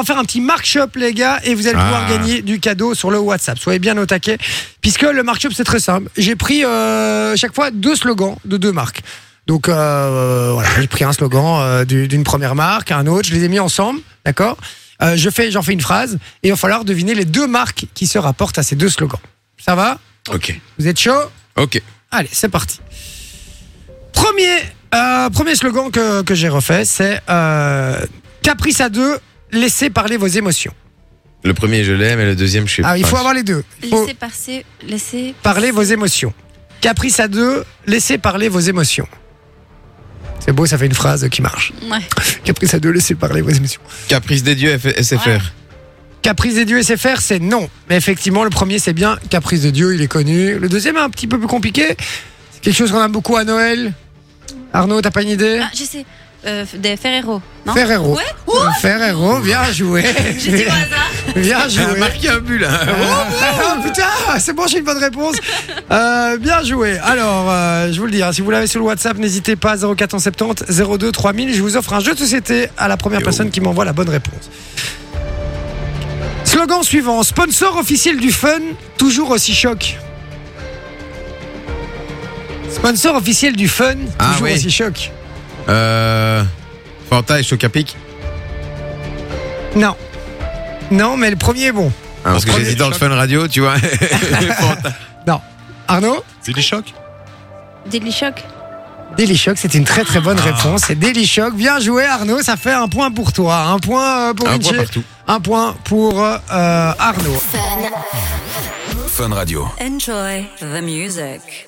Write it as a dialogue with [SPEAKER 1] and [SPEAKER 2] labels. [SPEAKER 1] On va faire un petit markup les gars et vous allez pouvoir
[SPEAKER 2] Ah.
[SPEAKER 1] gagner du cadeau sur le WhatsApp. Soyez bien au taquet puisque le markup c'est très simple. J'ai pris euh, chaque fois deux slogans de deux marques. Donc euh, voilà, j'ai pris un slogan euh, du- d'une première marque, un autre, je les ai mis ensemble, d'accord Euh, Je fais, j'en fais une phrase et il va falloir deviner les deux marques qui se rapportent à ces deux slogans. Ça va
[SPEAKER 2] Ok.
[SPEAKER 1] Vous êtes chaud
[SPEAKER 2] Ok.
[SPEAKER 1] Allez, c'est parti. Premier, euh, premier slogan que, que j'ai refait, c'est euh, Caprice à deux, laissez parler vos émotions.
[SPEAKER 2] Le premier, je l'aime, et le deuxième, je sais
[SPEAKER 1] Ah, il
[SPEAKER 2] pas.
[SPEAKER 1] faut avoir les deux. Il faut
[SPEAKER 3] Laissez passer, laissez
[SPEAKER 1] parler vos émotions. Caprice à deux, laissez parler vos émotions. C'est beau, ça fait une phrase qui marche.
[SPEAKER 3] Ouais.
[SPEAKER 1] Caprice à deux, laissez parler vos émotions.
[SPEAKER 2] Caprice des dieux, F- SFR.
[SPEAKER 3] Ouais.
[SPEAKER 1] Caprice des dieux SFR, c'est non. Mais effectivement, le premier, c'est bien. Caprice de Dieu, il est connu. Le deuxième est un petit peu plus compliqué. C'est quelque chose qu'on aime beaucoup à Noël. Arnaud, t'as pas une idée
[SPEAKER 3] Ah, je sais. Euh, des Ferrero, non
[SPEAKER 1] Ferrero.
[SPEAKER 3] Ouais. Ouh,
[SPEAKER 1] Ferrero, bien joué.
[SPEAKER 3] je dis au hasard.
[SPEAKER 1] Bien
[SPEAKER 2] J'ai
[SPEAKER 1] joué.
[SPEAKER 2] marqué un but là.
[SPEAKER 1] Ah, putain, c'est bon, j'ai une bonne réponse. Euh, bien joué. Alors, euh, je vous le dis, hein, si vous l'avez sur le WhatsApp, n'hésitez pas 0470 02 3000. Je vous offre un jeu de société à la première
[SPEAKER 2] Yo.
[SPEAKER 1] personne qui m'envoie la bonne réponse. Slogan suivant sponsor officiel du fun, toujours aussi choc. Sponsor officiel du fun, toujours
[SPEAKER 2] Ah oui.
[SPEAKER 1] aussi choc.
[SPEAKER 2] Euh, Fanta et Chocapic.
[SPEAKER 1] Non. Non, mais le premier est bon.
[SPEAKER 2] Ah, parce que
[SPEAKER 1] Premier
[SPEAKER 2] j'ai dit dans le
[SPEAKER 1] choc.
[SPEAKER 2] fun radio, tu vois. Fanta.
[SPEAKER 1] Non. Arnaud
[SPEAKER 2] C'est des chocs
[SPEAKER 3] Daily Shock.
[SPEAKER 1] Daily Shock, c'est une très très
[SPEAKER 2] Ah.
[SPEAKER 1] bonne réponse. C'est Daily Shock. Bien joué Arnaud, ça fait un point pour toi, un point euh, pour
[SPEAKER 2] Un
[SPEAKER 1] Vinci,
[SPEAKER 2] point partout.
[SPEAKER 1] un point pour euh, Arnaud.
[SPEAKER 4] Enjoy the music.